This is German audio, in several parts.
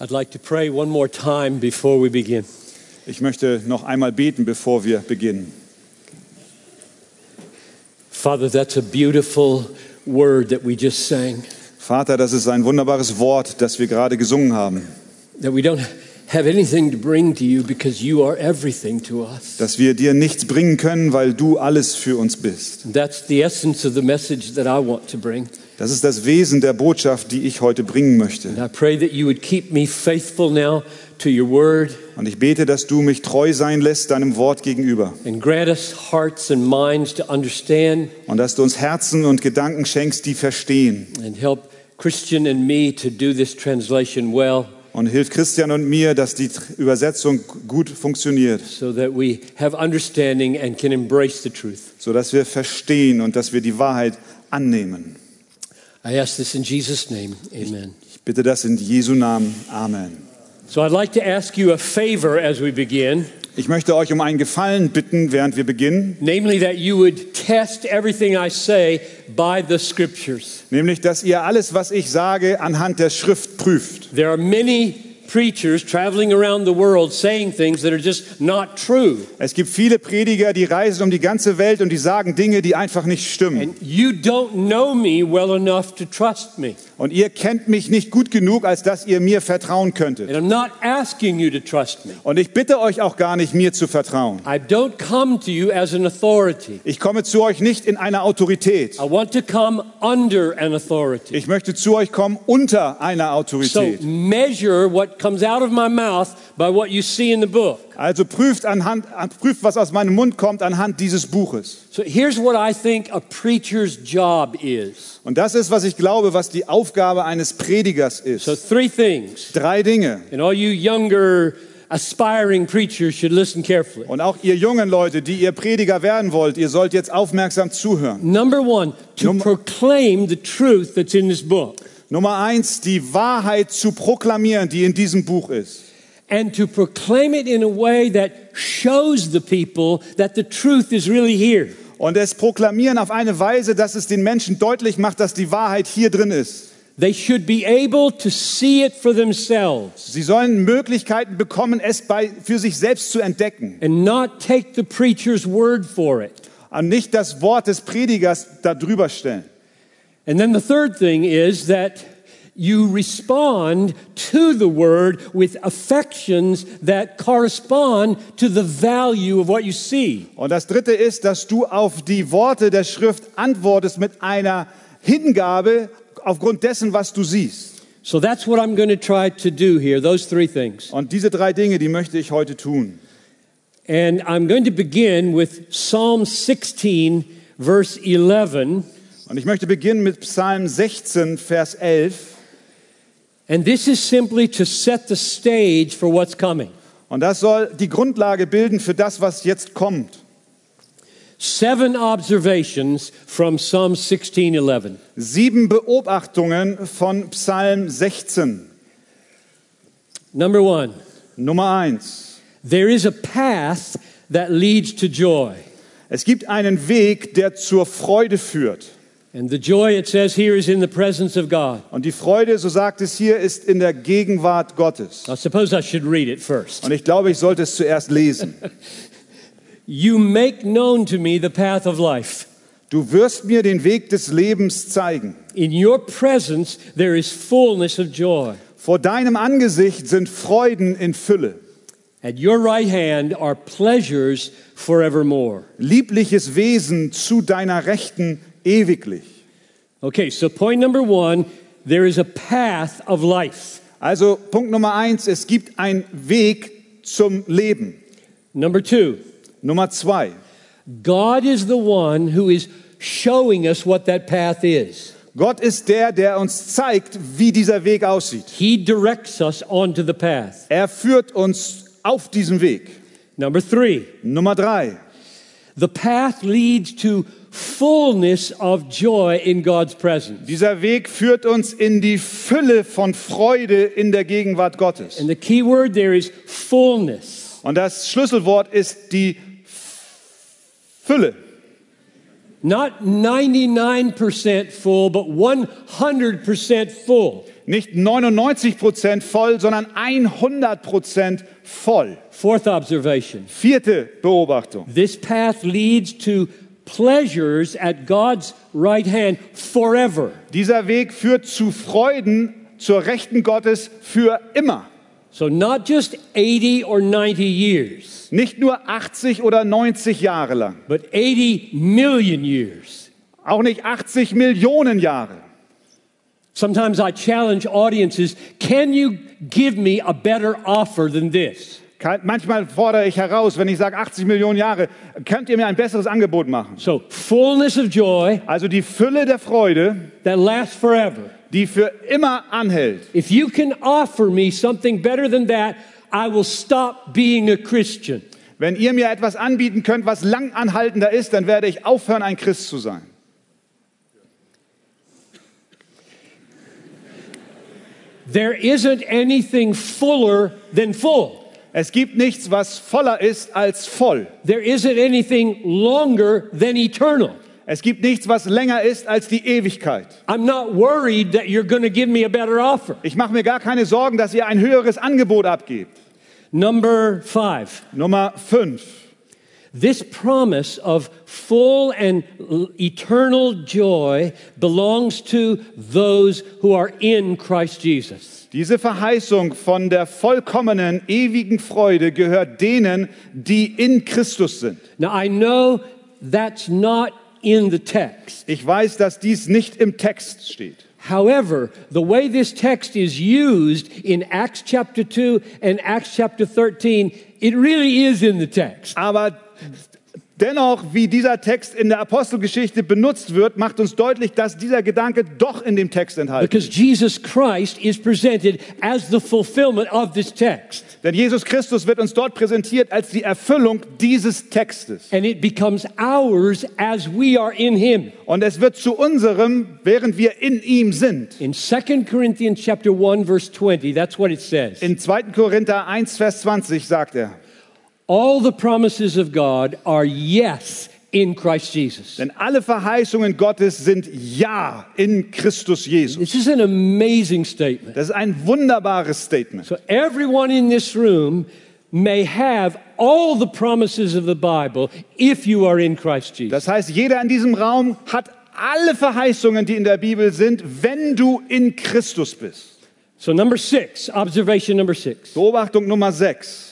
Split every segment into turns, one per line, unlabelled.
I'd like to pray one more time before we begin.
Ich möchte noch einmal beten, bevor wir beginnen.
Father, that's a beautiful word that we just sang,
Vater, das ist ein wunderbares Wort, das wir gerade gesungen haben,
that we don't have anything to bring to you because you are everything to us.
dass wir dir nichts bringen können, weil du alles für uns bist.
That's the essence of the message that I want to bring.
Das ist das Wesen der Botschaft, die ich heute bringen möchte.
And I pray that you would keep me faithful now to your word
Und ich bete, dass du mich treu sein lässt deinem Wort gegenüber
and grant us hearts and minds to understand
und dass du uns Herzen und Gedanken schenkst, die verstehen.
and help Christian and me to do this translation well
Und hilf Christian und mir, dass die Tr- Übersetzung gut funktioniert,
so that we have understanding and can embrace the truth.
sodass wir verstehen und dass wir die Wahrheit annehmen.
I ask this in Jesus' name. Amen.
Ich bitte das in Jesu Namen. Amen.
So I'd like to ask you a favor as we begin,
Ich möchte euch um einen Gefallen bitten, während wir beginnen,
namely that you would test everything I say by the scriptures.
nämlich, dass ihr alles, was ich sage, anhand der Schrift prüft.
There are many preachers traveling around the world saying things that are just not true.
Es gibt viele Prediger, die reisen um die ganze Welt und die sagen Dinge, die einfach nicht stimmen.
And you don't know me well enough to trust me.
Und ihr kennt mich nicht gut genug, als dass ihr mir vertrauen könntet.
And I'm not asking you to trust me.
Und ich bitte euch auch gar nicht, mir zu vertrauen.
I don't come to you as an authority.
Ich komme zu euch nicht in einer Autorität.
I want to come under an authority.
Ich möchte zu euch kommen unter einer
So
Autorität.
measure what comes out of my mouth by what you see in the book.
Also prüft, anhand, prüft, was aus meinem Mund kommt, anhand dieses Buches.
So here's what I think a preacher's job is.
Und das ist, was ich glaube, was die Aufgabe eines Predigers ist.
So three things.
Drei Dinge.
And all you younger aspiring preachers should listen carefully.
Und auch ihr jungen Leute, die ihr Prediger werden wollt, ihr sollt jetzt aufmerksam zuhören.
Number 1, to
Nummer-
proclaim the truth that's in this book
Nummer eins, die Wahrheit zu proklamieren, die in diesem Buch ist.
and to proclaim it in a way that shows the people that the truth is really here.
Und es proklamieren auf eine Weise, dass es den Menschen deutlich macht, dass die Wahrheit hier drin ist.
They should be able to see it for themselves
Sie sollen Möglichkeiten bekommen, es bei, für sich selbst zu entdecken.
and not take the preacher's word for it.
Und nicht das Wort des Predigers da drüber stellen.
And then the third thing is that you respond to the word with affections that correspond to the value of what you see.
Und das dritte ist, dass du auf die Worte der Schrift antwortest mit einer Hingabe aufgrund dessen, was du siehst.
So that's what I'm going to try to do here, those three things.
Und diese drei Dinge, die möchte ich heute tun.
And I'm going to begin with Psalm 16, verse 11.
Und ich möchte beginnen mit Psalm 16, Vers 11.
And this is simply to set the stage for what's coming.
Und das soll die Grundlage bilden für das, was jetzt kommt.
Seven observations from Psalm 16, 11.
Sieben Beobachtungen von Psalm 16.
Number one,
Nummer eins.
There is a path that leads to joy.
Es gibt einen Weg, der zur Freude führt.
And the joy, it says here, is in the presence of God.
Und die Freude, so sagt es hier, ist in der Gegenwart Gottes.
I suppose I should read it first.
Und ich glaube, ich sollte es zuerst lesen.
You make known to me the path of life.
Du wirst mir den Weg des Lebens zeigen.
In your presence, there is fullness of joy.
Vor deinem Angesicht sind Freuden in Fülle.
At your right hand are pleasures forevermore.
Liebliches Wesen zu deiner Rechten ewiglich.
Okay, so point number one there is a path of life.
Also Punkt Nummer eins, es gibt einen Weg zum Leben.
Number two,
Nummer zwei,
God is the one who is showing us what that path is.
Gott ist der, der uns zeigt, wie dieser Weg aussieht.
He directs us onto the path.
Er führt uns auf diesem Weg.
Number three,
Nummer drei,
the path leads to fullness of joy in God's presence.
dieser Weg führt uns in die Fülle von Freude in der Gegenwart Gottes.
And the key word there is fullness.
Und das Schlüsselwort ist die Fülle.
Not 99% full, but 100% full.
Nicht 99% voll, sondern 100% voll.
Fourth observation
Vierte Beobachtung.
this path leads to pleasures at God's right hand forever.
Dieser Weg führt zu Freuden zur Rechten Gottes für immer.
So, not just 80 or 90 years,
Nicht nur 80 oder 90 Jahre lang.
but 80 million years.
Auch nicht 80 Millionen Jahre.
Sometimes I challenge audiences can you give me a better offer than this?
Kein- Manchmal fordere ich heraus, wenn ich sage 80 Millionen Jahre, könnt ihr mir ein besseres Angebot machen?
So, fullness of joy
Also die Fülle der Freude,
that lasts forever.
die für immer anhält.
If you can offer me something better than that, I will stop being a Christian.
Wenn ihr mir etwas anbieten könnt, was lang anhaltender ist, dann werde ich aufhören, ein Christ zu sein.
There isn't anything fuller than full.
Es gibt nichts, was voller ist als voll.
There isn't anything longer than eternal.
Es gibt nichts, was länger ist als die Ewigkeit.
I'm not worried that you're going to give me a better offer.
Ich mache mir gar keine Sorgen, dass ihr ein höheres Angebot abgebt.
Number five,
Nummer 5.
this promise of full and l- eternal joy belongs to those who are in Christ Jesus.
Diese Verheißung von der vollkommenen, ewigen Freude gehört denen, die in Christus sind.
Now, I know that's not in the text.
Ich weiß, dass dies nicht im Text steht.
However, the way this text is used in Acts chapter 2 and Acts chapter 13, it really is in the text.
Aber dennoch, wie dieser Text in der Apostelgeschichte benutzt wird, macht uns deutlich, dass dieser Gedanke doch in dem Text enthalten
Because
ist.
Jesus Christ is presented as the fulfillment of this text.
Denn Jesus Christus wird uns dort präsentiert als die Erfüllung dieses Textes.
And it becomes ours as we are in him.
Und es wird zu unserem, während wir in ihm sind.
In 2 Corinthians chapter 1 verse 20, that's what it says.
In 2. Korinther 1, Vers 20 sagt er,
All the promises of God are yes in Christ Jesus.
denn alle Verheißungen Gottes sind Ja in Christus Jesus.
This is an amazing statement.
Das ist ein wunderbares Statement.
So everyone in this room may have all the promises of the Bible if you are in Christ Jesus.
Das heißt, jeder in diesem Raum hat alle Verheißungen, die in der Bibel sind, wenn du in Christus bist.
So number 6, observation number 6.
Beobachtung Nummer 6.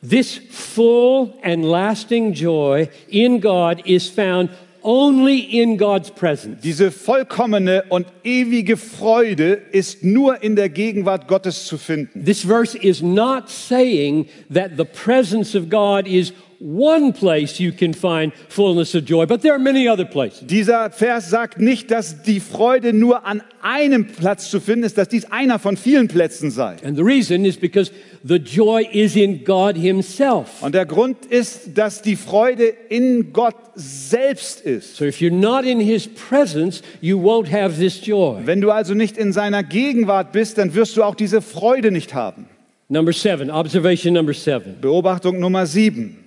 This full and lasting joy in God is found only in God's presence.
Diese vollkommene und ewige Freude ist nur in der Gegenwart Gottes zu finden.
This verse is not saying that the presence of God is one place you can find fullness of joy, but there are many other places.
Dieser Vers sagt nicht, dass die Freude nur an einem Platz zu finden ist, dass dies einer von vielen Plätzen sei.
And the reason is because the joy is in God Himself.
Und der Grund ist, dass die Freude in Gott selbst ist.
So if you're not in his presence, you won't have this joy.
Wenn du also nicht in seiner Gegenwart bist, dann wirst du auch diese Freude nicht haben.
Number seven, observation number seven.
Beobachtung Nummer 7.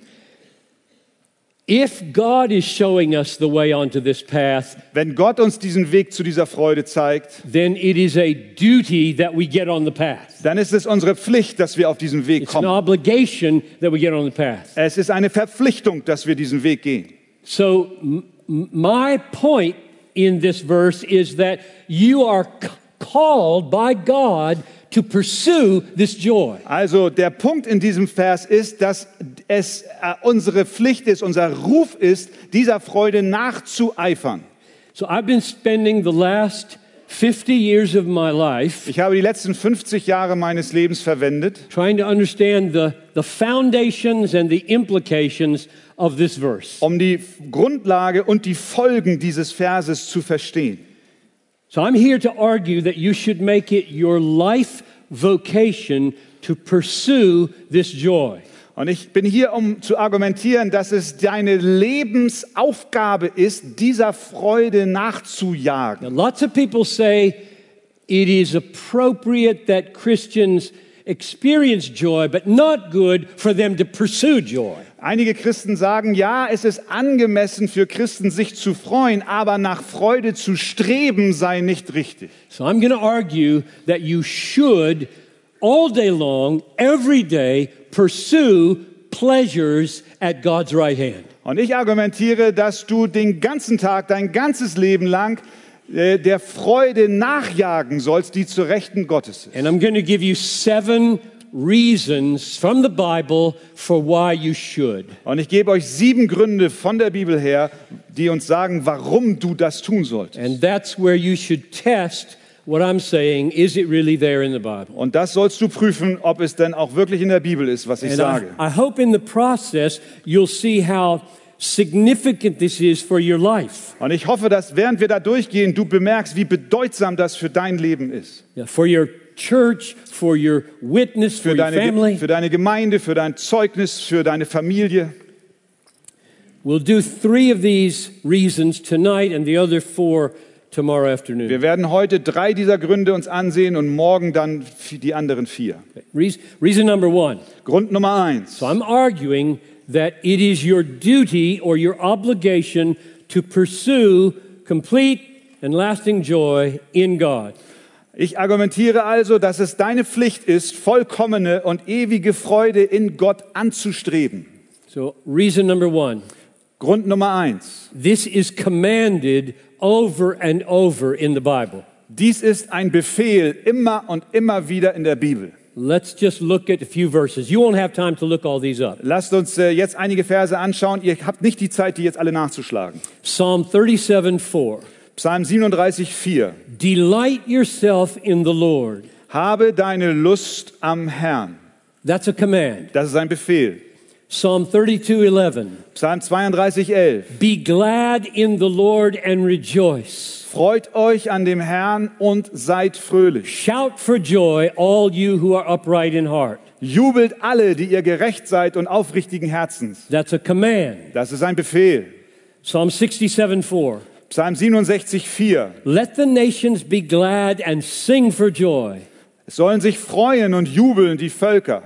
If God is showing us the way onto this path,
Wenn Gott uns diesen Weg zu dieser Freude zeigt,
then it is a duty that we get on the path.
dann ist es unsere Pflicht, dass wir auf diesen Weg
It's an
kommen.
obligation that we get on the path.
Es ist eine Verpflichtung, dass wir diesen Weg gehen.
So, m- m- my point in this verse is that you are c- called by God to pursue this joy.
Also der Punkt in diesem Vers ist, dass es äh, unsere Pflicht ist, unser Ruf ist, dieser Freude nachzueifern.
So, I've been spending the last 50 years of my life
Ich habe die letzten 50 Jahre meines Lebens verwendet,
trying to understand the, the foundations and the implications of this verse.
um die Grundlage und die Folgen dieses Verses zu verstehen.
So I'm here to argue that you should make it your life vocation to pursue this joy.
Und ich bin hier, um zu argumentieren, dass es deine Lebensaufgabe ist, dieser Freude nachzujagen.
Now, lots of people say it is appropriate that Christians experience joy, but not good for them to pursue joy.
Einige Christen sagen, ja, es ist angemessen für Christen, sich zu freuen, aber nach Freude zu streben sei nicht richtig.
So I'm going to argue that you should all day long, every day, pursue pleasures at God's right hand.
Und ich argumentiere, dass du den ganzen Tag, dein ganzes Leben lang äh, der Freude nachjagen sollst, die zur Rechten Gottes ist.
And I'm going to give you seven reasons from the Bible for why you should.
Und ich gebe euch sieben Gründe von der Bibel her, die uns sagen, warum du das tun solltest.
And that's where you should test what I'm saying. Is it really there in the Bible?
Und das sollst du prüfen, ob es denn auch wirklich in der Bibel ist, was ich
And I-
sage.
I hope in the process you'll see how significant this is for your life,
Und ich hoffe, dass während wir da durchgehen, du bemerkst, wie bedeutsam das für dein Leben ist.
Yeah, for your church, for your witness, for
Für
your
deine, Ge-
family.
für deine Gemeinde, für dein Zeugnis, für deine Familie.
We'll do three of these reasons tonight and the other four tomorrow afternoon.
Wir werden heute drei dieser Gründe uns ansehen und morgen dann vi- die anderen vier.
Reason, reason number one.
Grund Nummer eins.
So I'm arguing that it is your duty or your obligation to pursue complete and lasting joy in God.
Ich argumentiere also, dass es deine Pflicht ist, vollkommene und ewige Freude in Gott anzustreben.
So, reason number one
Grund Nummer eins.
this is commanded over and over in the Bible.
Dies ist ein Befehl immer und immer wieder in der Bibel.
Let's just look at a few verses. You won't have time to look all these up.
Lasst uns äh, jetzt einige Verse anschauen. Ihr habt nicht die Zeit, die jetzt alle nachzuschlagen.
Psalm 37 4.
Psalm 37, 4.
Delight yourself in the Lord.
Habe deine Lust am Herrn.
That's a command.
Das ist ein Befehl.
Psalm 32 11.
Psalm 32, 11.
Be glad in the Lord and rejoice.
Freut euch an dem Herrn und seid fröhlich.
Shout for joy, all you who are upright in heart.
Jubelt alle, die ihr gerecht seid und aufrichtigen Herzens.
That's a command.
Das ist ein Befehl.
Psalm 67 4.
Psalm 67, 4.
Let the nations be glad and sing for joy.
Es sollen sich freuen und jubeln die Völker.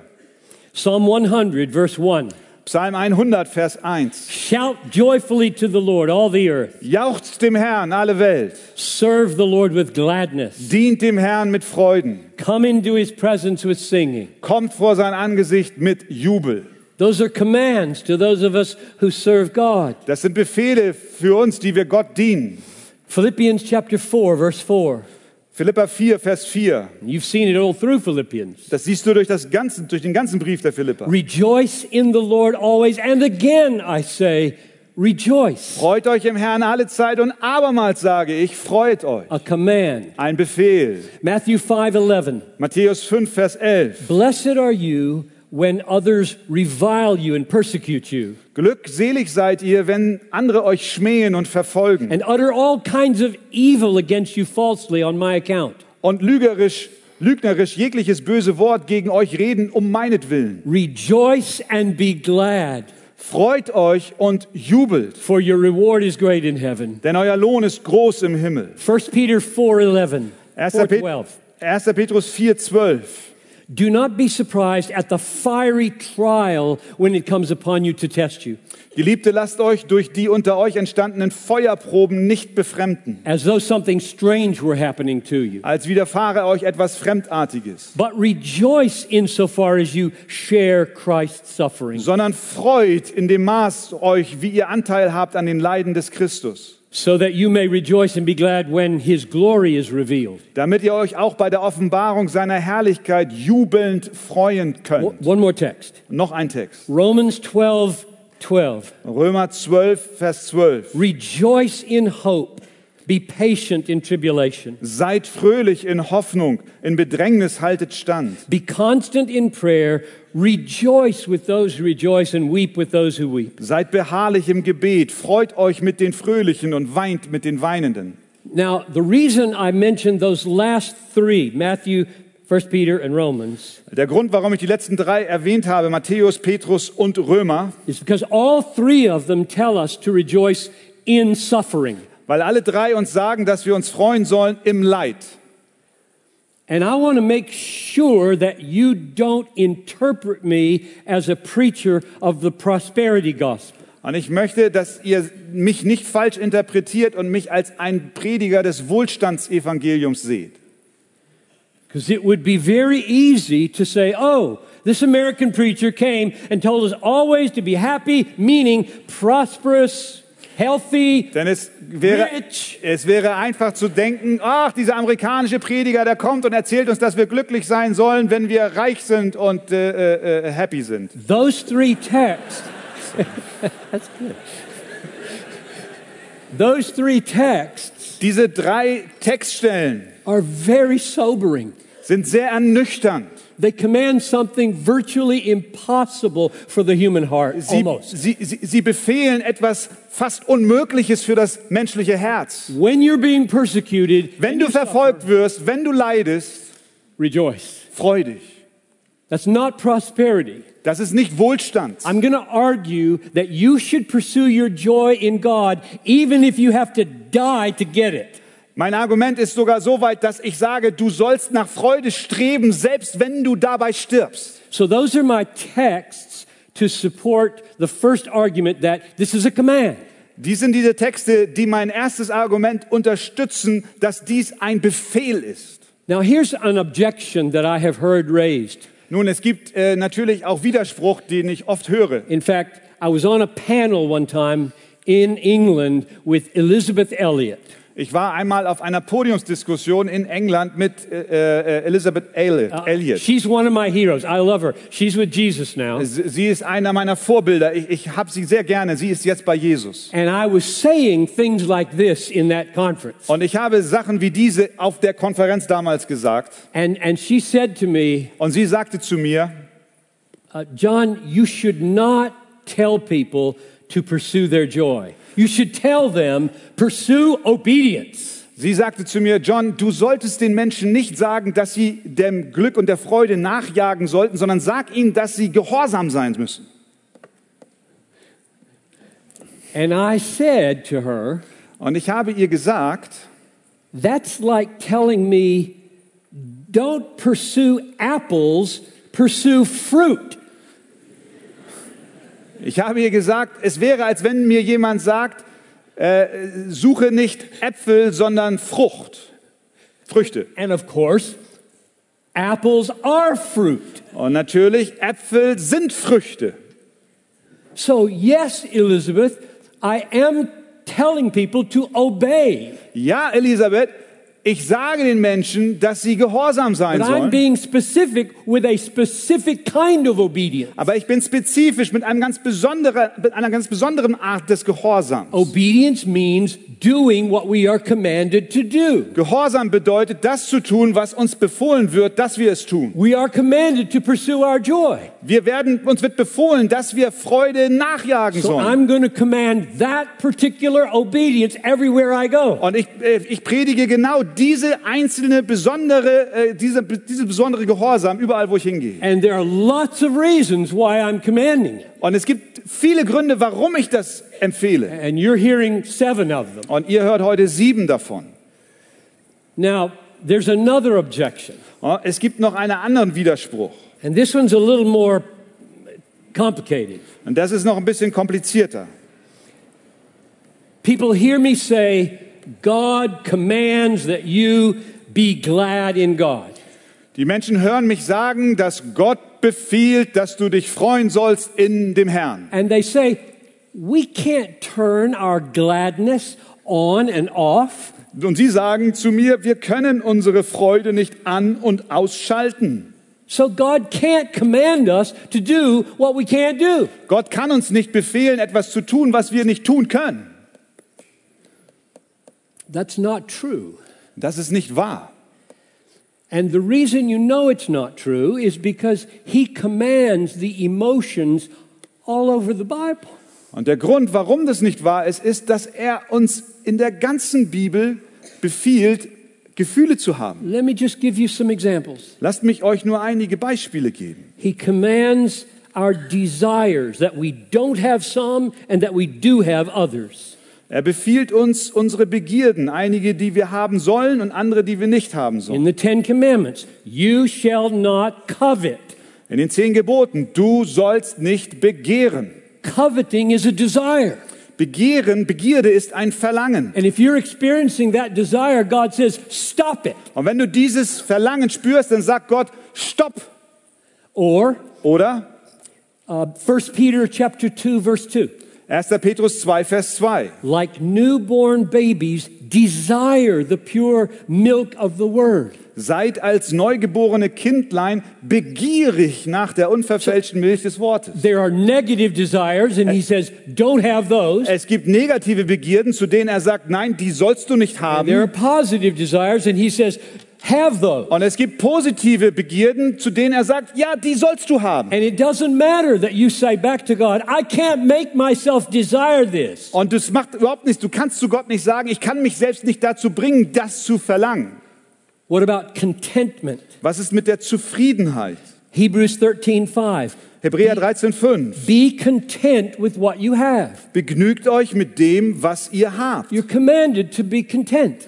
Psalm 100, verse 1.
Psalm 100, Vers 1.
Shout joyfully to the Lord, all the earth.
Jauchzt dem Herrn, alle Welt.
Serve the Lord with gladness.
Dient dem Herrn mit Freuden.
Come into his presence with singing.
Kommt vor sein Angesicht mit Jubel.
Those are commands to those of us who serve God.
Das sind Befehle für uns, die wir Gott dienen.
Philippians chapter 4, verse 4.
Philippa 4, Vers 4.
You've seen it all through Philippians.
Das siehst du durch, das ganze, durch den ganzen Brief der Philippa.
Rejoice in the Lord always. And again, I say, rejoice.
Freut euch im Herrn alle Zeit und abermals sage ich, freut euch.
A command.
Ein Befehl.
Matthew 5:11.
Matthäus 5, Vers 11.
Blessed are you when others revile you and persecute you
Glückselig seid ihr, wenn andere euch schmähen und verfolgen
and utter all kinds of evil against you falsely on my account.
und lügerisch, lügnerisch jegliches böse Wort gegen euch reden um meinetwillen.
Rejoice and be glad,
Freut euch und jubelt,
for your reward is great in heaven.
denn euer Lohn ist groß im Himmel.
1 Peter 4:11.
1.
4:12.
Petrus 4, 12.
Do not be surprised at the fiery trial when it comes upon you to test you.
Geliebte, lasst euch durch die unter euch entstandenen Feuerproben nicht befremden,
as though something strange were happening to you.
als widerfahre euch etwas Fremdartiges,
But rejoice insofar as you share Christ's sufferings,
sondern freut in dem Maß euch, wie ihr Anteil habt an den Leiden des Christus,
so that you may rejoice and be glad when his glory is revealed.
damit ihr euch auch bei der Offenbarung seiner Herrlichkeit jubelnd freuen
W-
könnt.
One more text.
Noch ein Text.
Romans 12, 12.
Römer 12, Vers 12.
Rejoice in hope. Be patient in tribulation.
Seid fröhlich in Hoffnung, in Bedrängnis haltet stand.
Be constant in prayer. Rejoice with those who rejoice and weep with those who weep.
Seid beharrlich im Gebet, freut euch mit den Fröhlichen und weint mit den Weinenden.
Now, the reason I mentioned those last three, Matthew, 1 Peter, and Romans,
Der Grund, warum ich die letzten drei erwähnt habe, Matthäus, Petrus und Römer,
is because all three of them tell us to rejoice in suffering.
weil alle drei uns sagen, dass wir uns freuen sollen im Leid.
And I want to make sure that you don't interpret me as a preacher of the prosperity gospel.
Und ich möchte, dass ihr mich nicht falsch interpretiert und mich als ein Prediger des Wohlstandsevangeliums seht.
Because it would be very easy to say, oh, this American preacher came and told us always to be happy, meaning prosperous, healthy.
Denn es wäre,
Rich.
es wäre einfach zu denken, ach, dieser amerikanische Prediger, der kommt und erzählt uns, dass wir glücklich sein sollen, wenn wir reich sind und äh, äh, happy sind.
Those three texts. That's good. Those three texts
Diese drei Textstellen
are very sobering.
sind sehr ernüchternd.
They command something virtually impossible for the human heart,
Sie,
almost.
sie, sie, sie befehlen etwas fast Unmögliches für das menschliche Herz.
When you're being persecuted,
Wenn du verfolgt wirst, wenn du leidest,
rejoice.
freu dich.
That's not prosperity.
Das ist nicht Wohlstand.
I'm going to argue that you should pursue your joy in God even if you have to die to get it.
Mein Argument ist sogar so weit, dass ich sage, du sollst nach Freude streben, selbst wenn du dabei stirbst.
So, those are my texts to support the first argument that this is a command.
Dies sind diese Texte, die mein erstes Argument unterstützen, dass dies ein Befehl ist.
Now, here's an objection that I have heard raised.
Nun, es gibt äh, natürlich auch Widerspruch, den ich oft höre.
In fact, I was on a panel one time in England with Elizabeth Elliot.
Ich war einmal auf einer Podiumsdiskussion in England mit äh, äh, Elizabeth Elliot.
Ah,
Elliot.
Uh, She's one of my heroes. I love her. She's with Jesus now.
Sie sie ist einer meiner Vorbilder. Ich, ich habe sie sehr gerne. Sie ist jetzt bei Jesus.
And I was saying things like this in that conference.
Und ich habe Sachen wie diese auf der Konferenz damals gesagt.
And, and she said to me,
Und sie sagte zu mir,
uh, John, you should not tell people to pursue their joy. You should tell them, pursue obedience.
sie sagte zu mir, John, du solltest den Menschen nicht sagen, dass sie dem Glück und der Freude nachjagen sollten, sondern sag ihnen, dass sie gehorsam sein müssen.
And I said to her,
Und ich habe ihr gesagt,
That's like telling me, don't pursue apples, pursue fruit.
ich habe ihr gesagt, es wäre, als wenn mir jemand sagt, äh, suche nicht Äpfel, sondern Frucht, Früchte.
And of course, apples are fruit.
Und natürlich, Äpfel sind Früchte.
So, yes, Elizabeth, I am telling people to obey,
Ja, Elisabeth, ich sage den Menschen, dass sie gehorsam sein
but I'm
sollen.
being specific with a specific kind of obedience.
Aber ich bin spezifisch mit, einem ganz besonderer, mit einer ganz besonderen Art des Gehorsams.
Oh. Obedience means doing what we are commanded to do.
Gehorsam bedeutet, das zu tun, was uns befohlen wird, dass wir es tun.
We are commanded to pursue our joy.
Wir werden, uns wird befohlen, dass wir Freude nachjagen
So
sollen.
I'm going to command that particular obedience everywhere I go.
Und ich, äh, ich predige genau diese einzelne besondere, äh, diese, diese besondere Gehorsam überall, wo ich hingehe.
And there are lots of reasons why I'm commanding it.
Und es gibt viele Gründe, warum ich das empfehle.
And you're hearing seven of them.
Und ihr hört heute sieben davon.
Now, there's another objection.
Ja, Es gibt noch einen anderen Widerspruch.
And this one's a little more complicated.
Und das ist noch ein bisschen komplizierter.
People hear me say, God commands that you be glad in God.
Die Menschen hören mich sagen, dass Gott befiehlt, dass du dich freuen sollst in dem Herrn.
And they say, we can't turn our gladness on and off.
Und sie sagen zu mir, wir können unsere Freude nicht an und ausschalten.
So God can't command us to do what we can't do.
Gott kann uns nicht befehlen, etwas zu tun, was wir nicht tun können.
That's not true.
Das ist nicht wahr.
And the reason you know it's not true is because he commands the emotions all over the Bible.
Und der Grund, warum das nicht wahr ist, ist, dass er uns in der ganzen Bibel befiehlt, Gefühle zu haben.
Let me just give you some examples.
Lasst mich euch nur einige Beispiele geben.
He commands our desires that we don't have some and that we do have others.
Er befiehlt uns unsere Begierden, einige, die wir haben sollen und andere, die wir nicht haben sollen.
in the Ten Commandments. You shall not covet.
In den zehn Geboten, du sollst nicht begehren.
Coveting is a desire.
Begehren, Begierde ist ein Verlangen.
And if you're experiencing that desire, God says, stop it.
Und wenn du dieses Verlangen spürst, dann sagt Gott, stopp,
Or
oder?
uh, 1 Peter chapter 2, verse 2.
1. Petrus 2, Vers 2.
Like newborn babies, desire the pure milk of the word.
Seid als neugeborene Kindlein begierig nach der unverfälschten Milch des Wortes.
There are negative desires, and he says, don't have those.
Es gibt negative Begierden, zu denen er sagt, nein, die sollst du nicht
And there
haben.
are positive desires, and he says, have those.
Und es gibt positive Begierden, zu denen er sagt, ja, die sollst du haben.
And it doesn't matter that you say back to God, I can't make myself desire this.
Und das macht überhaupt nichts. Du kannst zu Gott nicht sagen, ich kann mich selbst nicht dazu bringen, das zu verlangen.
What about contentment?
Was ist mit der Zufriedenheit?
Hebrews 13:5.
Hebräer 13,5.
Be content with what you have.
Begnügt euch mit dem, was ihr habt.
You're commanded to be content.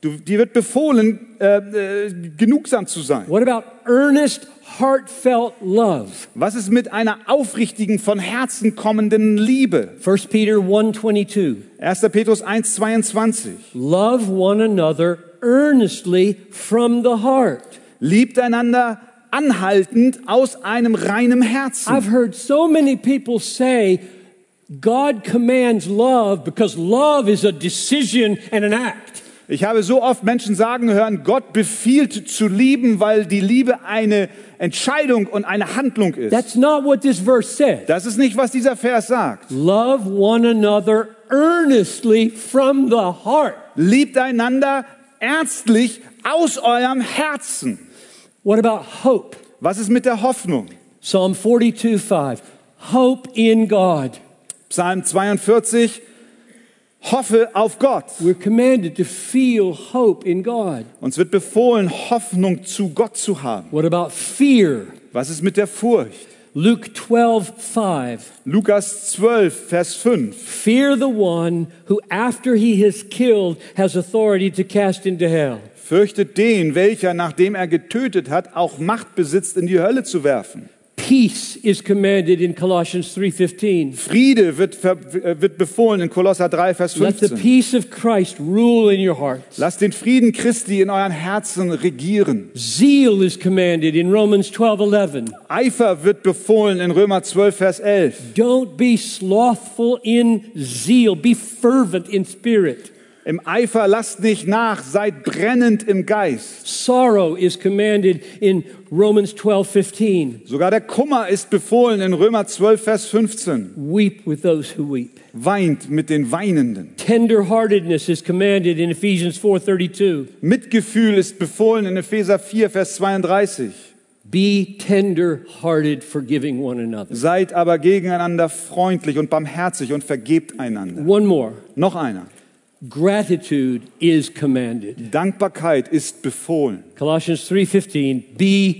Du, dir wird befohlen, äh, äh, genugsam zu sein.
What about earnest, heartfelt love?
Was ist mit einer aufrichtigen, von Herzen kommenden Liebe?
1 Peter 1:22.
1. Petrus 1,22.
Love one another earnestly from the heart.
Liebt einander anhaltend aus einem reinen Herzen.
I've heard so many people say God commands love because love is a decision and an act.
Ich habe so oft Menschen sagen hören, Gott befiehlt zu lieben, weil die Liebe eine Entscheidung und eine Handlung ist.
That's not what this verse said.
Das ist nicht, was dieser Vers sagt.
Love one another earnestly from the heart.
Liebt einander ernstlich aus eurem Herzen.
What about hope?
Was ist mit der Hoffnung?
Psalm 42 5. Hope in God.
Psalm 42, hoffe auf Gott.
We're commanded to feel hope in God.
Uns wird befohlen, Hoffnung zu Gott zu haben.
What about fear?
Was ist mit der Furcht?
Luke 12 5.
Lukas 12, Vers 5.
Fear the one who, after he is killed, has authority to cast into hell.
Fürchtet den, welcher, nachdem er getötet hat, auch Macht besitzt, in die Hölle zu werfen.
Peace is commanded in Colossians 3:15.
Friede wird, ver, äh, wird befohlen in Kolosser 3, Vers
Let the
15.
peace of Christ rule in your hearts.
Lasst den Frieden Christi in euren Herzen regieren.
Zeal is commanded in Romans 12:11.
Eifer wird befohlen in Römer 12, Vers 11.
Don't be slothful in zeal, be fervent in spirit.
Im Eifer lasst nicht nach, seid brennend im Geist.
Sorrow is commanded in Romans 12:15.
Sogar der Kummer ist befohlen in Römer 12, Vers 15.
Weep with those who weep.
Weint mit den Weinenden.
Tenderheartedness is commanded in Ephesians 4:32.
Mitgefühl ist befohlen in Epheser 4, Vers 32.
Be tender-hearted, forgiving one another.
Seid aber gegeneinander freundlich und barmherzig und vergebt einander.
One more.
Noch einer.
Gratitude is commanded.
Dankbarkeit ist befohlen.
Colossians 3:15, be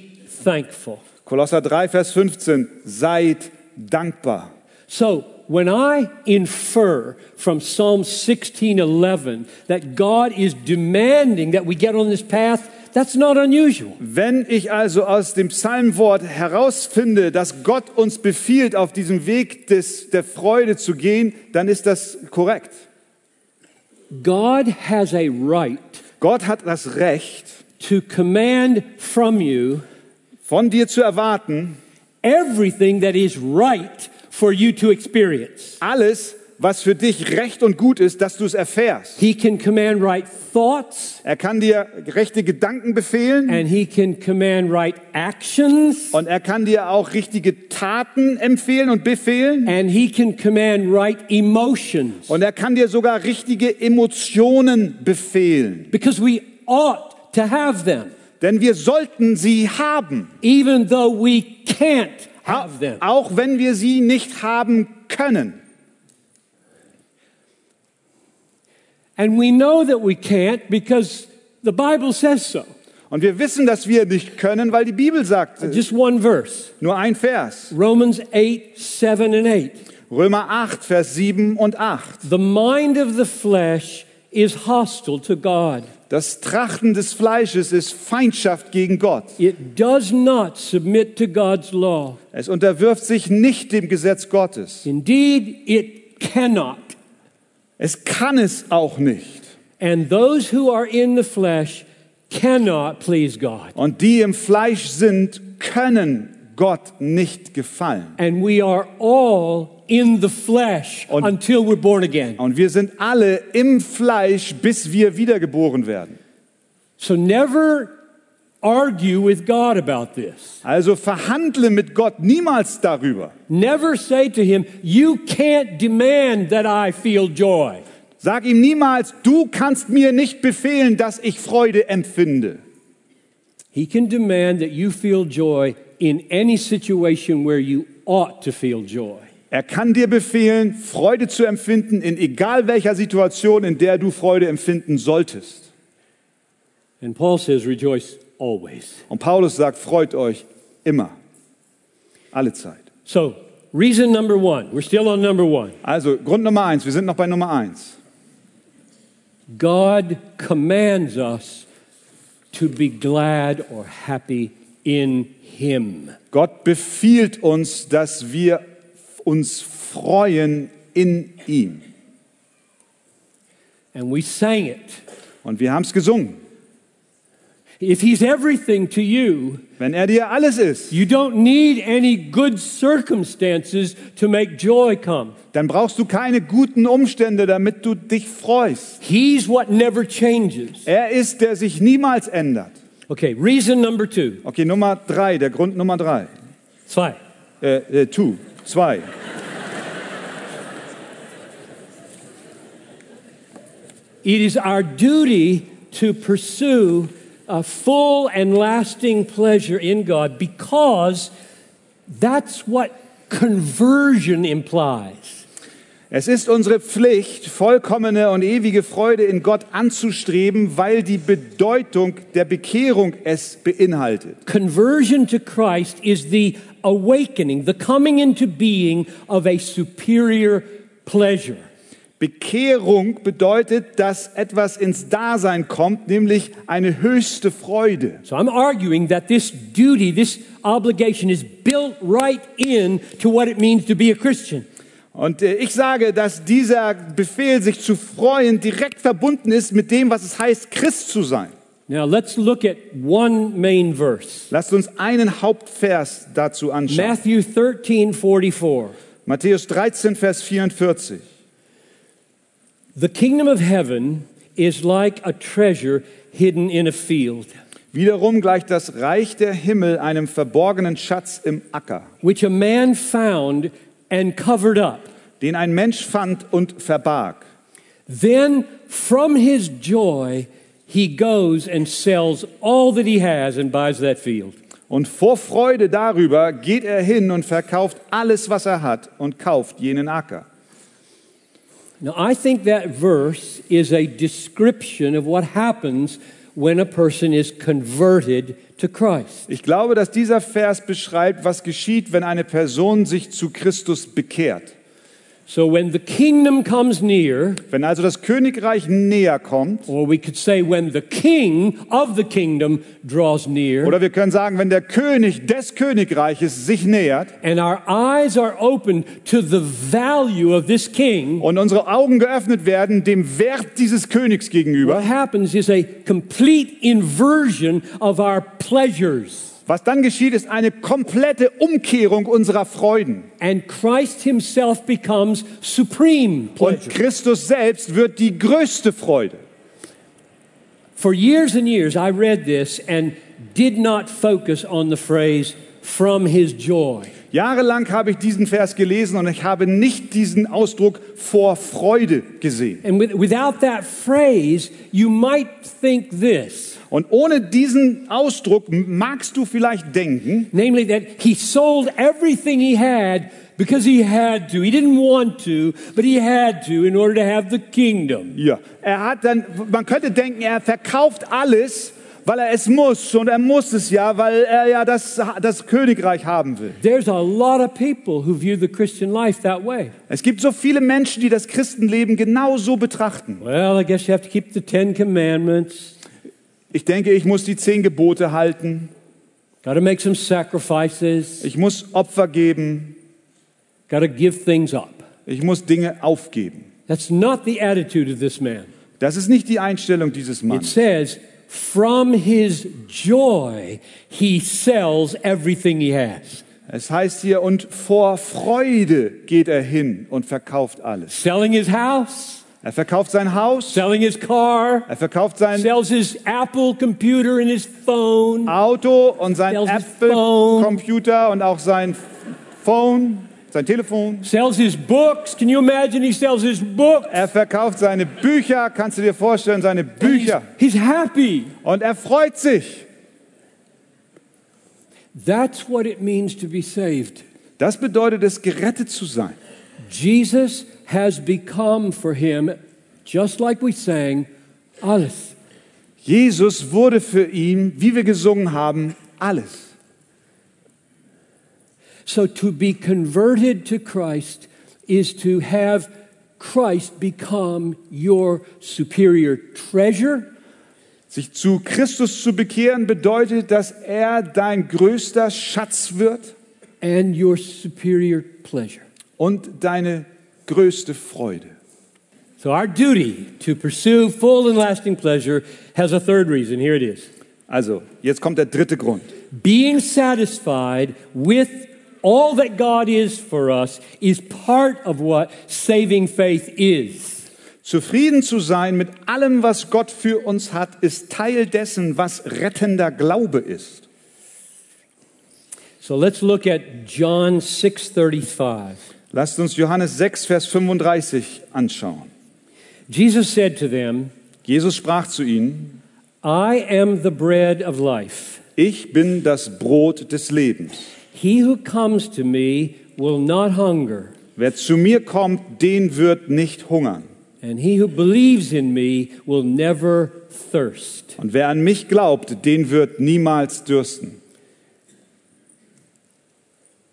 thankful.
Kolosser 3, Vers 15. Seid dankbar.
So, when I infer from Psalm 16:11 that God is demanding that we get on this path, that's not unusual.
Wenn ich also aus dem Psalmwort herausfinde, dass Gott uns befiehlt, auf diesem Weg des, der Freude zu gehen, dann ist das korrekt.
God has a right
Gott hat das Recht,
to command from you
von dir zu erwarten,
everything that is right for you to experience.
alles, was für dich recht und gut ist, dass du es erfährst.
He can command right thoughts
Er kann dir rechte Gedanken befehlen
and he can command right actions
und er kann dir auch richtige Taten empfehlen und befehlen
and he can command right emotions.
und er kann dir sogar richtige Emotionen befehlen.
because we ought to have them,
Denn wir sollten sie haben.
even though we can't
Au-
have them.
Auch wenn wir sie nicht haben können.
And we know that we can't because the Bible says so.
Und wir wissen, dass wir nicht können, weil die Bibel sagt, es.
Just one verse
nur ein Vers.
Romans 8, 7 and 8.
Römer 8, Vers 7 und 8.
The mind of the flesh is hostile to God.
Das Trachten des Fleisches ist Feindschaft gegen Gott.
It does not submit to God's law.
Es unterwirft sich nicht dem Gesetz Gottes.
Indeed, it cannot.
Es kann es auch nicht.
And those who are in the flesh cannot please God.
Und die im Fleisch sind, können Gott nicht gefallen.
And we are all in the flesh
Und-
until we're born again.
Und wir sind alle im Fleisch, bis wir wiedergeboren werden.
So never argue with God about this.
Also verhandle mit Gott niemals darüber.
Never say to him, You can't demand that I feel joy.
Sag ihm niemals, du kannst mir nicht befehlen, dass ich Freude empfinde.
He can demand that you feel joy in any situation where you ought to feel joy.
Er kann dir befehlen, Freude zu empfinden, in egal welcher Situation, in der du Freude empfinden solltest.
And Paul says, Rejoice always.
Und Paulus sagt, freut euch immer, alle Zeit.
So, reason number one, we're still on number one.
Also Grund Nummer eins, wir sind noch bei Nummer eins.
God commands us to be glad or happy in Him.
Gott befiehlt uns, dass wir uns freuen in ihm.
And we sang it.
Und wir haben es gesungen.
If He's everything to you,
Wenn er dir alles ist,
You don't need any good circumstances to make joy come.
dann brauchst du keine guten Umstände, damit du dich freust.
He's what never changes.
Er ist, der sich niemals ändert.
Okay, reason number two.
Okay, Nummer drei, der Grund Nummer drei.
Zwei.
Äh, äh, two, zwei.
It is our duty to pursue a full and lasting pleasure in God because that's what conversion implies.
Es ist unsere Pflicht, vollkommene und ewige Freude in Gott anzustreben, weil die Bedeutung der Bekehrung es beinhaltet.
Conversion to Christ is the awakening, the coming into being of a superior pleasure.
Bekehrung bedeutet, dass etwas ins Dasein kommt, nämlich eine höchste Freude.
So I'm arguing that this duty, this obligation is built right in to what it means to be a Christian.
Und äh, ich sage, dass dieser Befehl, sich zu freuen, direkt verbunden ist mit dem, was es heißt, Christ zu sein.
Now let's look at one main verse.
Lasst uns einen Hauptvers dazu anschauen.
Matthew 13, 44.
Matthäus 13, Vers 44.
The kingdom of heaven is like a treasure hidden in a field,
Wiederum gleicht das Reich der Himmel einem verborgenen Schatz im Acker,
which a man found and covered up.
den ein Mensch fand und verbarg.
Then from his joy, he goes and sells all that he has and buys that field.
Und vor Freude darüber geht er hin und verkauft alles, was er hat, und kauft jenen Acker.
Now, I think that verse is a description of what happens when a person is converted to Christ.
Ich glaube, dass dieser Vers beschreibt, was geschieht, wenn eine Person sich zu Christus bekehrt.
So, when the kingdom comes near,
Wenn also das Königreich näher kommt,
or we could say when the king of the kingdom draws near,
oder wir können sagen, wenn der König des Königreiches sich nähert
and our eyes are opened to the value of this king,
und unsere Augen geöffnet werden dem Wert dieses Königs gegenüber,
what happens is a complete inversion of our pleasures.
Was dann geschieht, ist eine komplette Umkehrung unserer Freuden.
And Christ himself becomes supreme
Und
pleasure.
Christus selbst wird die größte Freude.
For years and years, I read this and did not focus on the phrase, from his joy.
Jahrelang habe ich diesen Vers gelesen und ich habe nicht diesen Ausdruck vor Freude gesehen.
And with, without that phrase, you might think this
Und ohne diesen Ausdruck magst du vielleicht denken,
namely, that he sold everything he had because he had to. He didn't want to, but he had to in order to have the kingdom.
ja, er hat dann, man könnte denken, er verkauft alles, weil er es muss und er muss es ja, weil er ja das, das Königreich haben will.
There's a lot of people who view the Christian life that way.
Es gibt so viele Menschen, die das Christenleben genau so betrachten.
Well, I guess you have to keep the Ten Commandments,
Ich denke, ich muss die zehn Gebote halten,
got to make some sacrifices,
ich muss Opfer geben,
got to give things up.
ich muss Dinge aufgeben.
That's not the attitude of this man.
Das ist nicht die Einstellung dieses
It
Mannes.
says, from his joy, he sells everything he has.
Es heißt hier, und vor Freude geht er hin und verkauft alles.
Selling his house,
Er verkauft sein Haus,
selling his car,
er verkauft sein
sells his Apple computer and his phone,
Auto und sein
Sells his phone.
Apple-Computer und auch sein Phone, sein Telefon.
sells his books. Can you imagine? He sells his book.
Er verkauft seine Bücher, kannst du dir vorstellen, seine
He's,
Bücher.
he's happy.
Und er freut sich.
That's what it means to be saved.
Das bedeutet es, gerettet zu sein.
Jesus has become for him, just like we sang, alles.
Jesus wurde für ihn, wie wir gesungen haben, alles.
So to be converted to Christ is to have Christ become your superior treasure,
Sich zu Christus zu bekehren bedeutet, dass er dein größter Schatz wird
and your superior pleasure.
und deine größte Freude.
So, our duty to pursue full and lasting pleasure has a third reason. Here it is
Also, jetzt kommt der dritte Grund.
being satisfied with all that God is for us is part of what saving faith is.
Zufrieden zu sein mit allem, was Gott für uns hat, ist Teil dessen, was rettender Glaube ist.
So, let's look at John 6:35.
Lasst uns Johannes 6, Vers 35 anschauen.
Jesus said to them,
Jesus sprach zu ihnen,
I am the bread of life.
ich bin das Brot des Lebens.
He who comes to me will not hunger,
Wer zu mir kommt, den wird nicht hungern.
and he who believes in me will never thirst.
Und wer an mich glaubt, den wird niemals dürsten.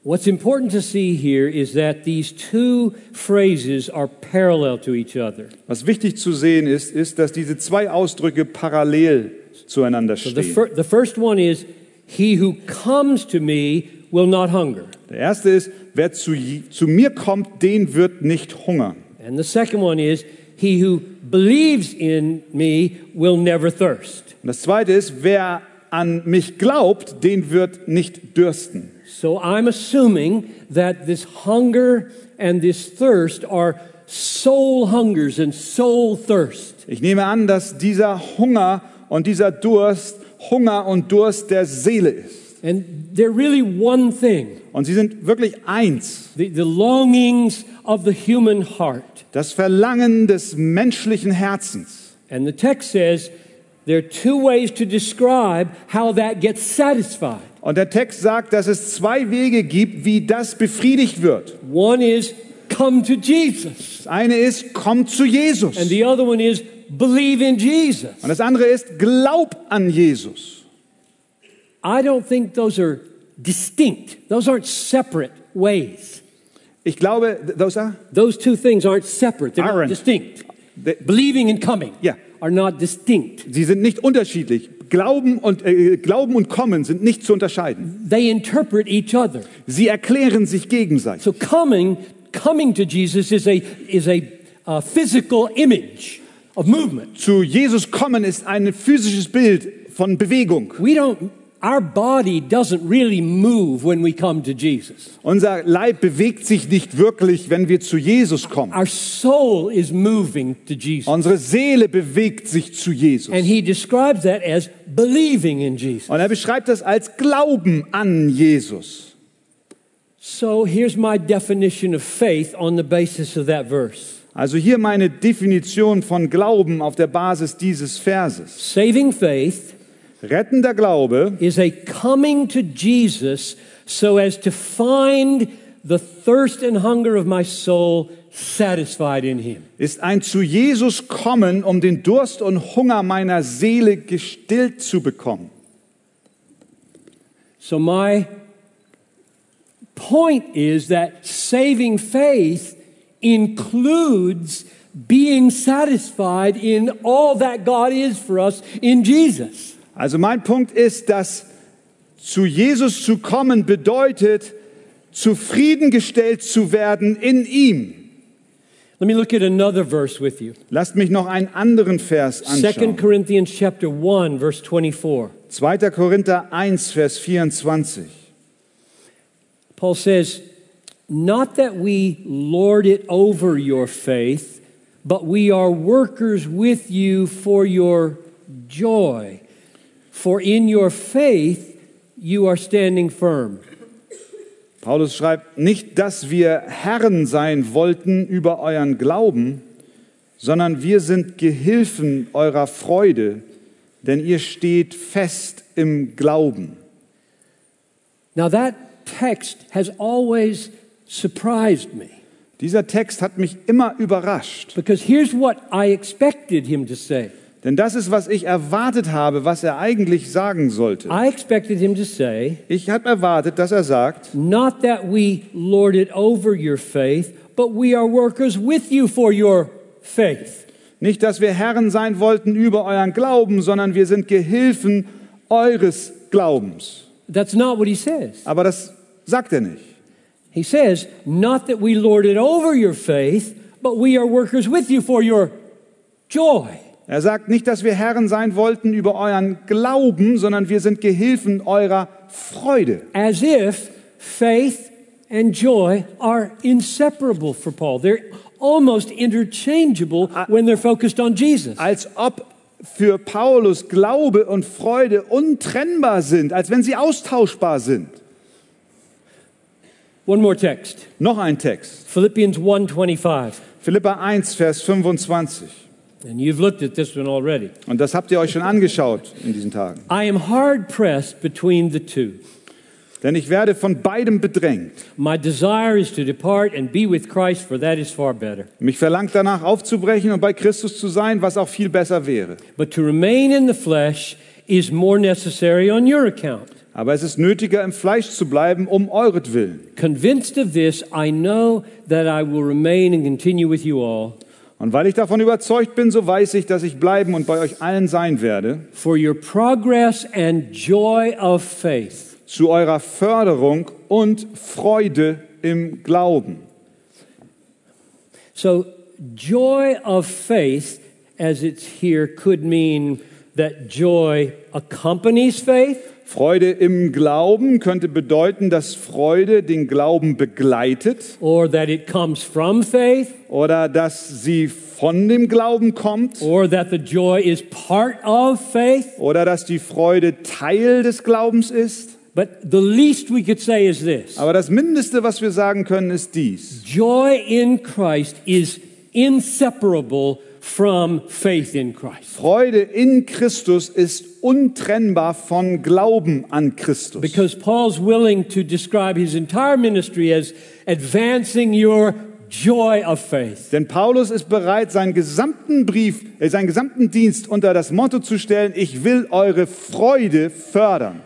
What's important to see here is that these two phrases are parallel to each other.
Was wichtig zu sehen ist, ist, dass diese zwei Ausdrücke parallel zueinander
So the,
stehen.
fir- the first one is, He who comes to me will not hunger.
Der erste ist, wer zu, je- zu mir kommt, den wird nicht hungern.
And the second one is, He who believes in me will never thirst.
Und das zweite ist, wer an mich glaubt, den wird nicht dürsten.
So I'm assuming that this hunger and this thirst are soul hungers and soul thirst.
Ich nehme an, dass dieser Hunger und dieser Durst Hunger und Durst der Seele ist.
And they're really one thing
Und sie sind wirklich eins.
the, the longings of the human heart.
Das Verlangen des menschlichen Herzens.
And the text says there are two ways to describe how that gets satisfied.
Und der Text sagt, dass es zwei Wege gibt, wie das befriedigt wird.
One is come to Jesus,
Das eine ist, komm zu Jesus.
and
Und
the other one is believe in Jesus.
das andere ist, glaub an Jesus.
I don't think those are distinct, those aren't separate ways.
Ich glaube, th- those are,
Those two things aren't separate, they're not
Aren't.
distinct.
They-
Believing and coming
Yeah.
are not distinct.
sie sind nicht unterschiedlich. Glauben und, äh, Glauben und Kommen sind nicht zu unterscheiden.
They interpret each other.
Sie erklären sich gegenseitig.
So coming coming to Jesus is a is a uh, physical image of movement.
zu Jesus kommen ist ein physisches Bild von Bewegung.
We don't our body doesn't really move when we come to Jesus.
Unser Leib bewegt sich nicht wirklich, wenn wir zu Jesus kommen.
Our soul is moving to Jesus.
Unsere Seele bewegt sich zu Jesus.
And he describes that as believing in Jesus.
Und er beschreibt das als Glauben an Jesus.
So here's my definition of faith on the basis of that verse.
Also hier meine Definition von Glauben auf der Basis dieses Verses.
Saving faith
Rettender Glaube
is a coming to Jesus so as to find the thirst and hunger of my soul satisfied in him.
ist ein zu Jesus kommen, um den Durst und Hunger meiner Seele gestillt zu bekommen.
So, my point is that saving faith includes being satisfied in all that God is for us in Jesus.
Also mein Punkt ist, dass zu Jesus zu kommen bedeutet, zufriedengestellt zu werden in ihm.
Let me look at another verse with you.
Lasst mich noch einen anderen Vers
2
anschauen.
Corinthians chapter 1 verse 24.
2. Korinther 1, Vers 24.
Paul says, Not that we lord it over your faith, but we are workers with you for your joy. For in your faith you are standing firm.
Paulus schreibt, nicht, dass wir Herren sein wollten über euren Glauben, sondern wir sind Gehilfen eurer Freude, denn ihr steht fest im Glauben.
Now, that text has always surprised me
Dieser Text hat mich immer überrascht,
because here's what I expected him to say
denn das ist, was ich erwartet habe, was er eigentlich sagen sollte.
I expected him to say,
Ich habe erwartet, dass er sagt,
Not that we lord it over your faith, but we are workers with you for your faith.
nicht, dass wir Herren sein wollten über euren Glauben, sondern wir sind Gehilfen eures Glaubens.
That's not what he says.
Aber das sagt er nicht.
He says, Not that we lord it over your faith, but we are workers with you for your joy.
Er sagt nicht, dass wir Herren sein wollten über euren Glauben, sondern wir sind Gehilfen eurer Freude.
As if faith and joy are inseparable for Paul. They're almost interchangeable when they're focused on Jesus.
Als ob für Paulus Glaube und Freude untrennbar sind, als wenn sie austauschbar sind.
One more text.
Noch ein Text.
Philippians 1:25.
Philippa 1, Vers 25.
And you've looked at this one already.
Und das habt ihr euch schon angeschaut in diesen Tagen.
I am hard pressed between the two.
Denn ich werde von beidem bedrängt.
My desire is to depart and be with Christ, for that is far better.
Mich verlangt danach aufzubrechen und bei Christus zu sein, was auch viel besser wäre.
But to remain in the flesh is more necessary on your account.
Aber es ist nötiger, im Fleisch zu bleiben, um euretwillen.
Convinced of this, I know that I will remain and continue with you all
Und weil ich davon überzeugt bin, so weiß ich, dass ich bleiben und bei euch allen sein werde,
for your progress and joy of faith.
zu eurer Förderung und Freude im Glauben.
So, joy of faith, as it's here, could mean that joy accompanies faith,
Freude im Glauben könnte bedeuten, dass Freude den Glauben begleitet
or that it comes from faith,
oder dass sie von dem Glauben kommt
or that the joy is part of faith.
oder dass die Freude Teil des Glaubens ist.
But the least we could say is this.
Aber das Mindeste, was wir sagen können, ist dies.
Joy in Christ is inseparable from faith in Christ
Freude in Christus ist untrennbar von Glauben an Christus.
because Paul's willing to describe his entire ministry as advancing your joy of faith.
Denn Paulus ist bereit, seinen gesamten Brief, äh, seinen gesamten Dienst unter das Motto zu stellen, ich will eure Freude fördern.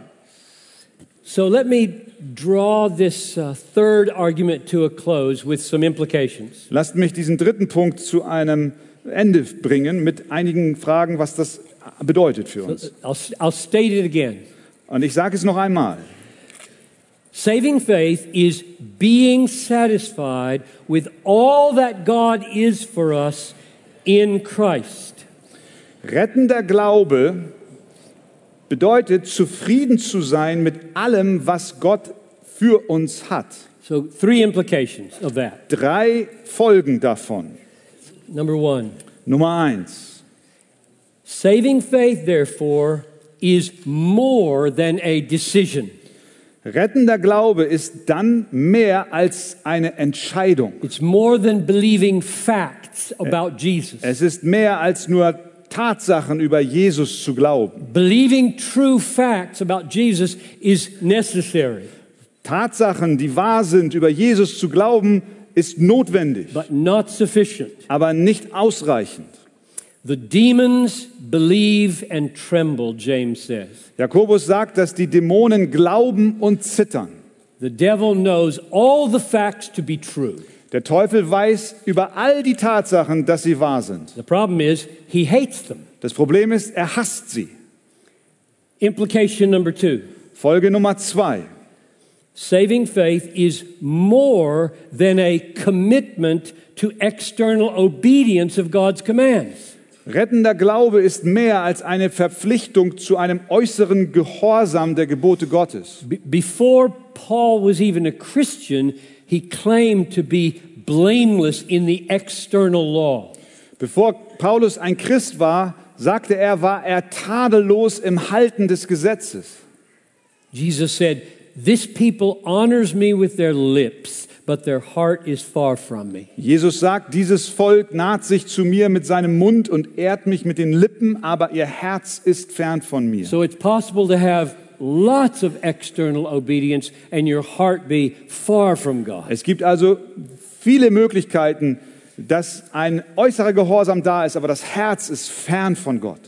So let me draw this uh, third argument to a close with some implications.
Lasst mich diesen dritten Punkt zu einem Ende bringen mit einigen Fragen, was das bedeutet für uns.
I'll, I'll state it again.
Und ich sage es noch einmal.
Saving faith is being satisfied with all that God is for us in Christ.
Rettender Glaube bedeutet, zufrieden zu sein mit allem, was Gott für uns hat.
So, three implications of that.
drei Folgen davon.
Number one,
Nummer eins.
saving faith, therefore, is more than a decision,
Rettender Glaube ist dann mehr als eine Entscheidung.
it's more than believing facts about Jesus.
Es ist mehr als nur Tatsachen über Jesus zu glauben.
Believing true facts about Jesus is necessary.
Tatsachen, die wahr sind, über Jesus zu glauben, ist notwendig,
but not sufficient.
aber nicht ausreichend.
The demons believe and tremble, James says.
Jakobus sagt, dass die Dämonen glauben und zittern.
The devil knows all the facts to be true.
Der Teufel weiß über all die Tatsachen, dass sie wahr sind.
The problem is he hates them.
Das Problem ist, er hasst sie.
Implication number two
Folge Nummer zwei.
saving faith is more than a commitment to external obedience of God's commands.
Rettender Glaube ist mehr als eine Verpflichtung zu einem äußeren Gehorsam der Gebote Gottes.
Be- before Paul was even a Christian, he claimed to be blameless in the external law.
Bevor Paulus ein Christ war, sagte er, war er tadellos im Halten des Gesetzes.
Jesus said, This people honors me with their lips, but their heart is far from me.
Jesus sagt, dieses Volk naht sich zu mir mit seinem Mund und ehrt mich mit den Lippen, aber ihr Herz ist fern von mir.
So it's possible to have lots of external obedience and your heart be far from God.
Es gibt also viele Möglichkeiten, dass ein äußerer Gehorsam da ist, aber das Herz ist fern von Gott.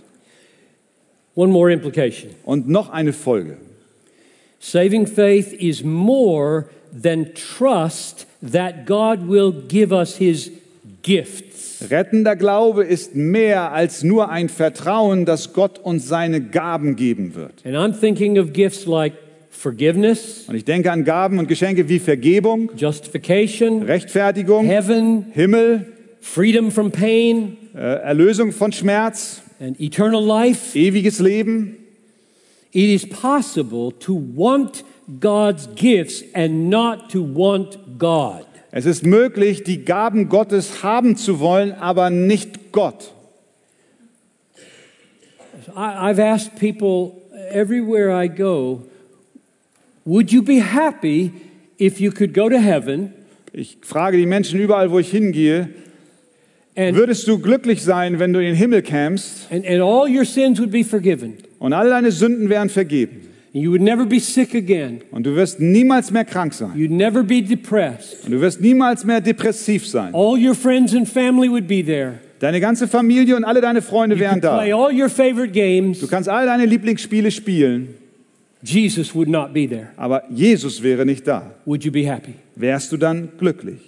One more implication
Und noch eine Folge.
saving faith is more than trust that God will give us his gifts.
Rettender Glaube ist mehr als nur ein Vertrauen, dass Gott uns seine Gaben geben wird.
And I'm thinking of gifts like forgiveness,
Und ich denke an Gaben und Geschenke wie Vergebung,
justification,
Rechtfertigung,
heaven,
Himmel,
freedom from pain,
äh, Erlösung von Schmerz,
and eternal life.
ewiges Leben.
It is possible to want God's gifts and not to want God.
Es ist möglich, die Gaben Gottes haben zu wollen, aber nicht Gott.
I, I've asked people everywhere I go, would you be happy if you could go to heaven
Ich frage die Menschen überall, wo ich hingehe,
and,
würdest du glücklich sein, wenn du in den Himmel kämst
and, and all your sins would be forgiven?
und all deine Sünden wären vergeben
And you would never be sick again.
und du wirst niemals mehr krank sein
You'd never be depressed.
und du wirst niemals mehr depressiv sein.
All your friends and family would be there.
Deine ganze Familie und alle deine Freunde
You
wären
could
da.
play all your favorite games.
Du kannst all deine Lieblingsspiele spielen,
Jesus would not be there.
aber Jesus wäre nicht da.
Would you be happy?
Wärst du dann glücklich?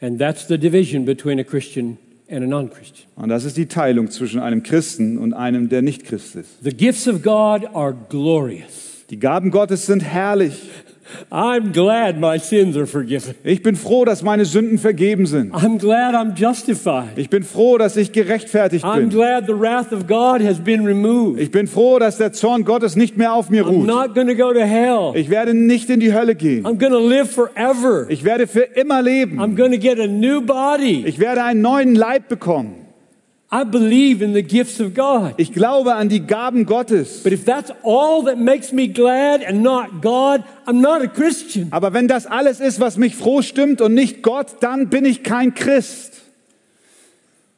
And that's the division between a Christian and a non Christian.
Und das ist die Teilung zwischen einem Christen und einem, der nicht Christ ist.
The gifts of God are glorious.
Die Gaben Gottes sind herrlich.
I'm glad my sins are forgiven.
Ich bin froh, dass meine Sünden vergeben sind.
I'm glad I'm justified.
Ich bin froh, dass ich gerechtfertigt
I'm
bin.
glad the wrath of God has been removed.
Ich bin froh, dass der Zorn Gottes nicht mehr auf mir
I'm
ruht.
not going to go to hell.
Ich werde nicht in die Hölle gehen.
I'm going to live forever.
Ich werde für immer leben.
I'm going to get a new body.
Ich werde einen neuen Leib bekommen.
I believe in the gifts of God.
Ich glaube an die Gaben Gottes.
But if that's all that makes me glad and not God, I'm not a Christian.
Aber wenn das alles ist, was mich froh stimmt und nicht Gott, dann bin ich kein Christ.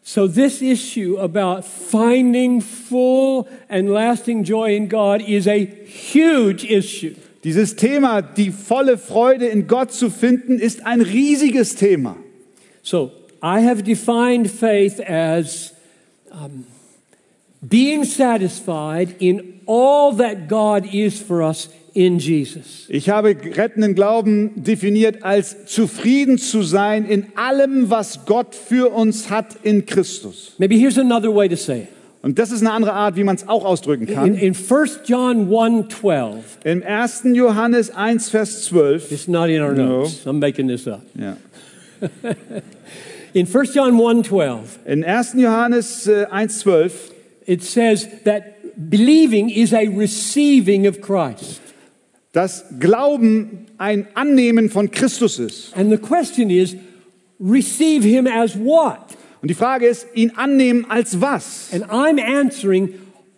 So, this issue about finding full and lasting joy in God is a huge issue.
Dieses Thema, die volle Freude in Gott zu finden, ist ein riesiges Thema.
So I have defined faith as um, being satisfied in all that God is for us in Jesus.
Ich habe rettenden Glauben definiert als zufrieden zu sein in allem, was Gott für uns hat in Christus.
Maybe here's another way to say it.
Und das ist eine andere Art, wie man es auch ausdrücken
In,
kann.
in 1 John 1
Im 1. Johannes 1, Vers 12.
it's not in our
No.
notes, I'm making this up.
Ja.
In 1 John 1
In 1. Johannes äh, 1, 12
it says that believing is a receiving of Christ.
dass Glauben ein Annehmen von Christus ist.
And the question is, receive him as what?
Und die Frage ist, ihn annehmen als was?
And I'm answering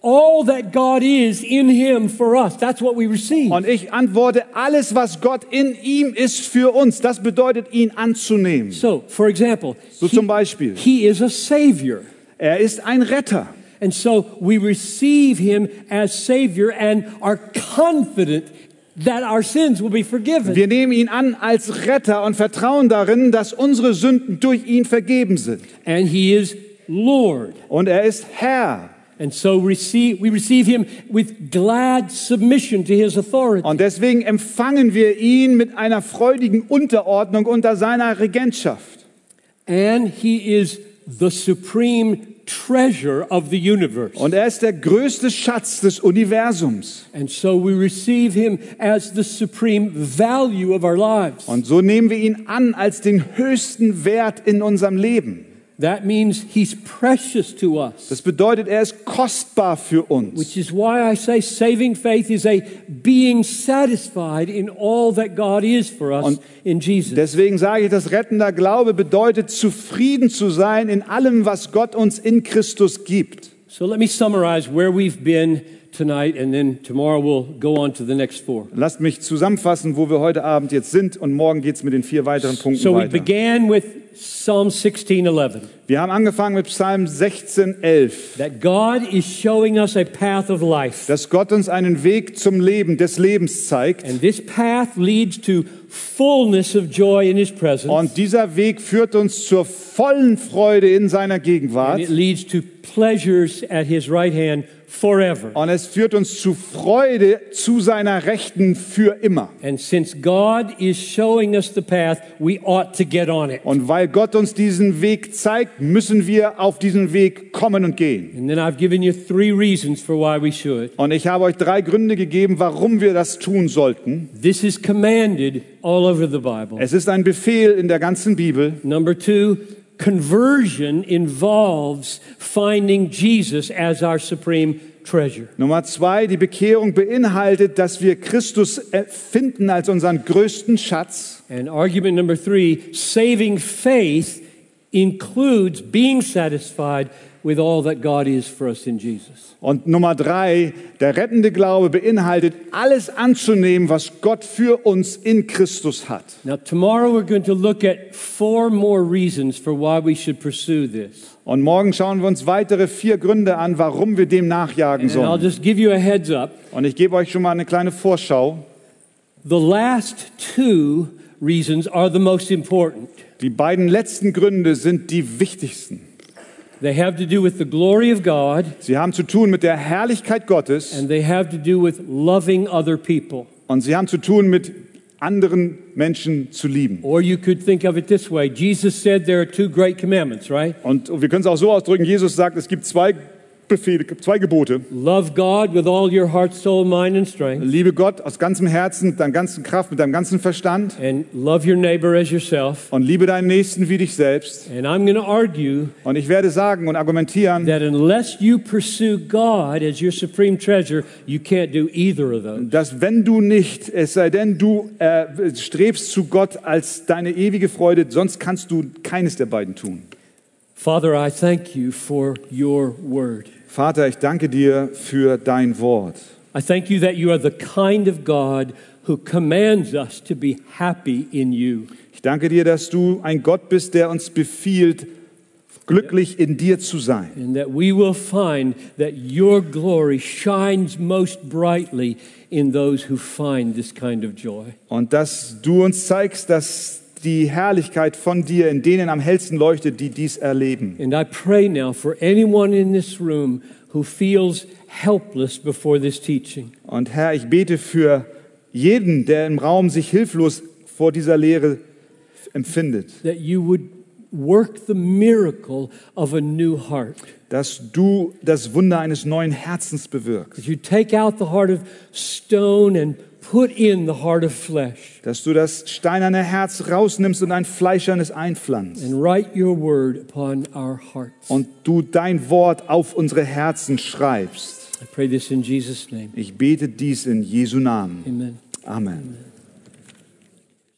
all that God is in him for us. That's what we receive.
Und ich antworte, alles, was Gott in ihm ist für uns, das bedeutet, ihn anzunehmen.
So, for example,
So zum Beispiel.
he is a savior.
Er ist ein Retter.
And so we receive him as Savior and are confident that our sins will be forgiven.
Wir nehmen ihn an als Retter und vertrauen darin, dass unsere Sünden durch ihn vergeben sind.
and he is Lord.
Und er ist Herr.
And so receive, we receive him with glad submission to his authority.
Und deswegen empfangen wir ihn mit einer freudigen Unterordnung unter seiner Regentschaft.
And he is the supreme treasure of the universe.
Und er ist der größte Schatz des Universums.
And so we receive him as the supreme value of our lives.
Und so nehmen wir ihn an als den höchsten Wert in unserem Leben.
That means he's precious to us,
Das bedeutet, er ist kostbar für uns.
which is why I say saving faith is a being satisfied in all that God is for us
Und
in Jesus.
Deswegen sage ich, dass rettender Glaube bedeutet, zufrieden zu sein in allem, was Gott uns in Christus gibt.
So let me summarize where we've been tonight, and then tomorrow we'll go on to the next four.
Lasst mich zusammenfassen, wo wir heute Abend jetzt sind und morgen geht's mit den vier weiteren Punkten
So we
weiter.
began with Psalm 16:11
Wir haben angefangen mit Psalm 16, 11,
that God is showing us a path of life.
dass Gott uns einen Weg zum Leben, des Lebens zeigt.
And this path leads to fullness of joy in his presence.
Und dieser Weg führt uns zur vollen Freude in seiner
And
Gegenwart.
it leads to pleasures at his right hand forever.
Und es führt uns zu Freude zu seiner Rechten für immer.
And since God is showing us the path, we ought to get on it.
Und weil Gott uns diesen Weg zeigt, müssen wir auf diesen Weg kommen und gehen.
And then I've given you three reasons for why we should.
Und ich habe euch drei Gründe gegeben, warum wir das tun sollten.
This is commanded all over the Bible.
Es ist ein Befehl in der ganzen Bibel.
Number two, conversion involves finding Jesus as our supreme treasure.
Nummer zwei, die Bekehrung beinhaltet, dass wir Christus äh, finden als unseren größten Schatz.
And argument number three, saving faith includes being satisfied with all that God is for us in Jesus.
Und Nummer drei, der rettende Glaube beinhaltet, alles anzunehmen, was Gott für uns in Christus hat.
Now, tomorrow we're going to look at four more reasons for why we should pursue this.
Und morgen schauen wir uns weitere vier Gründe an, warum wir dem nachjagen
And I'll
sollen.
just give you a heads up.
Und ich gebe euch schon mal eine kleine Vorschau.
The last two reasons are the most important.
Die beiden letzten Gründe sind die wichtigsten.
They have to do with the glory of God
Sie haben zu tun mit der Herrlichkeit Gottes
And they have to do with loving other people.
und sie haben zu tun mit anderen Menschen zu lieben.
Or you could think of it this way Jesus said there are two great commandments, right?
Und wir können es auch so ausdrücken, Jesus sagt, es gibt zwei Befehle, zwei Gebote.
Love God with all your heart, soul, mind, and strength,
Liebe Gott aus ganzem Herzen, mit deiner ganzen Kraft, mit deinem ganzen Verstand
and love your neighbor as yourself.
und liebe deinen Nächsten wie dich selbst.
And I'm going to argue
Und ich werde sagen und argumentieren,
that unless you pursue God as your supreme treasure, you can't do either of those.
dass wenn du nicht, es sei denn, du äh, strebst zu Gott als deine ewige Freude, sonst kannst du keines der beiden tun.
Father, I thank you for your word.
Vater, ich danke dir für dein Wort.
I thank you that you are the kind of God who commands us to be happy in you.
Ich danke dir, dass du ein Gott bist, der uns befiehlt, glücklich in dir zu sein.
And that we will find that your glory shines most brightly in those who find this kind of joy.
Und dass du uns zeigst, dass die Herrlichkeit von dir in denen am hellsten leuchtet, die dies erleben.
And I pray now for anyone in this room who feels helpless before this teaching,
Und Herr, ich bete für jeden, der im Raum sich hilflos vor dieser Lehre empfindet.
that you would work the miracle of a new heart,
dass du das Wunder eines neuen Herzens bewirkst,
that you take out the heart of stone and put in the heart of flesh,
dass du das steinerne Herz rausnimmst und ein fleischernes einpflanzt
and write your word upon our hearts.
und du dein Wort auf unsere Herzen schreibst.
I pray this in Jesus' name.
Ich bete dies in Jesu Namen.
Amen.
Amen.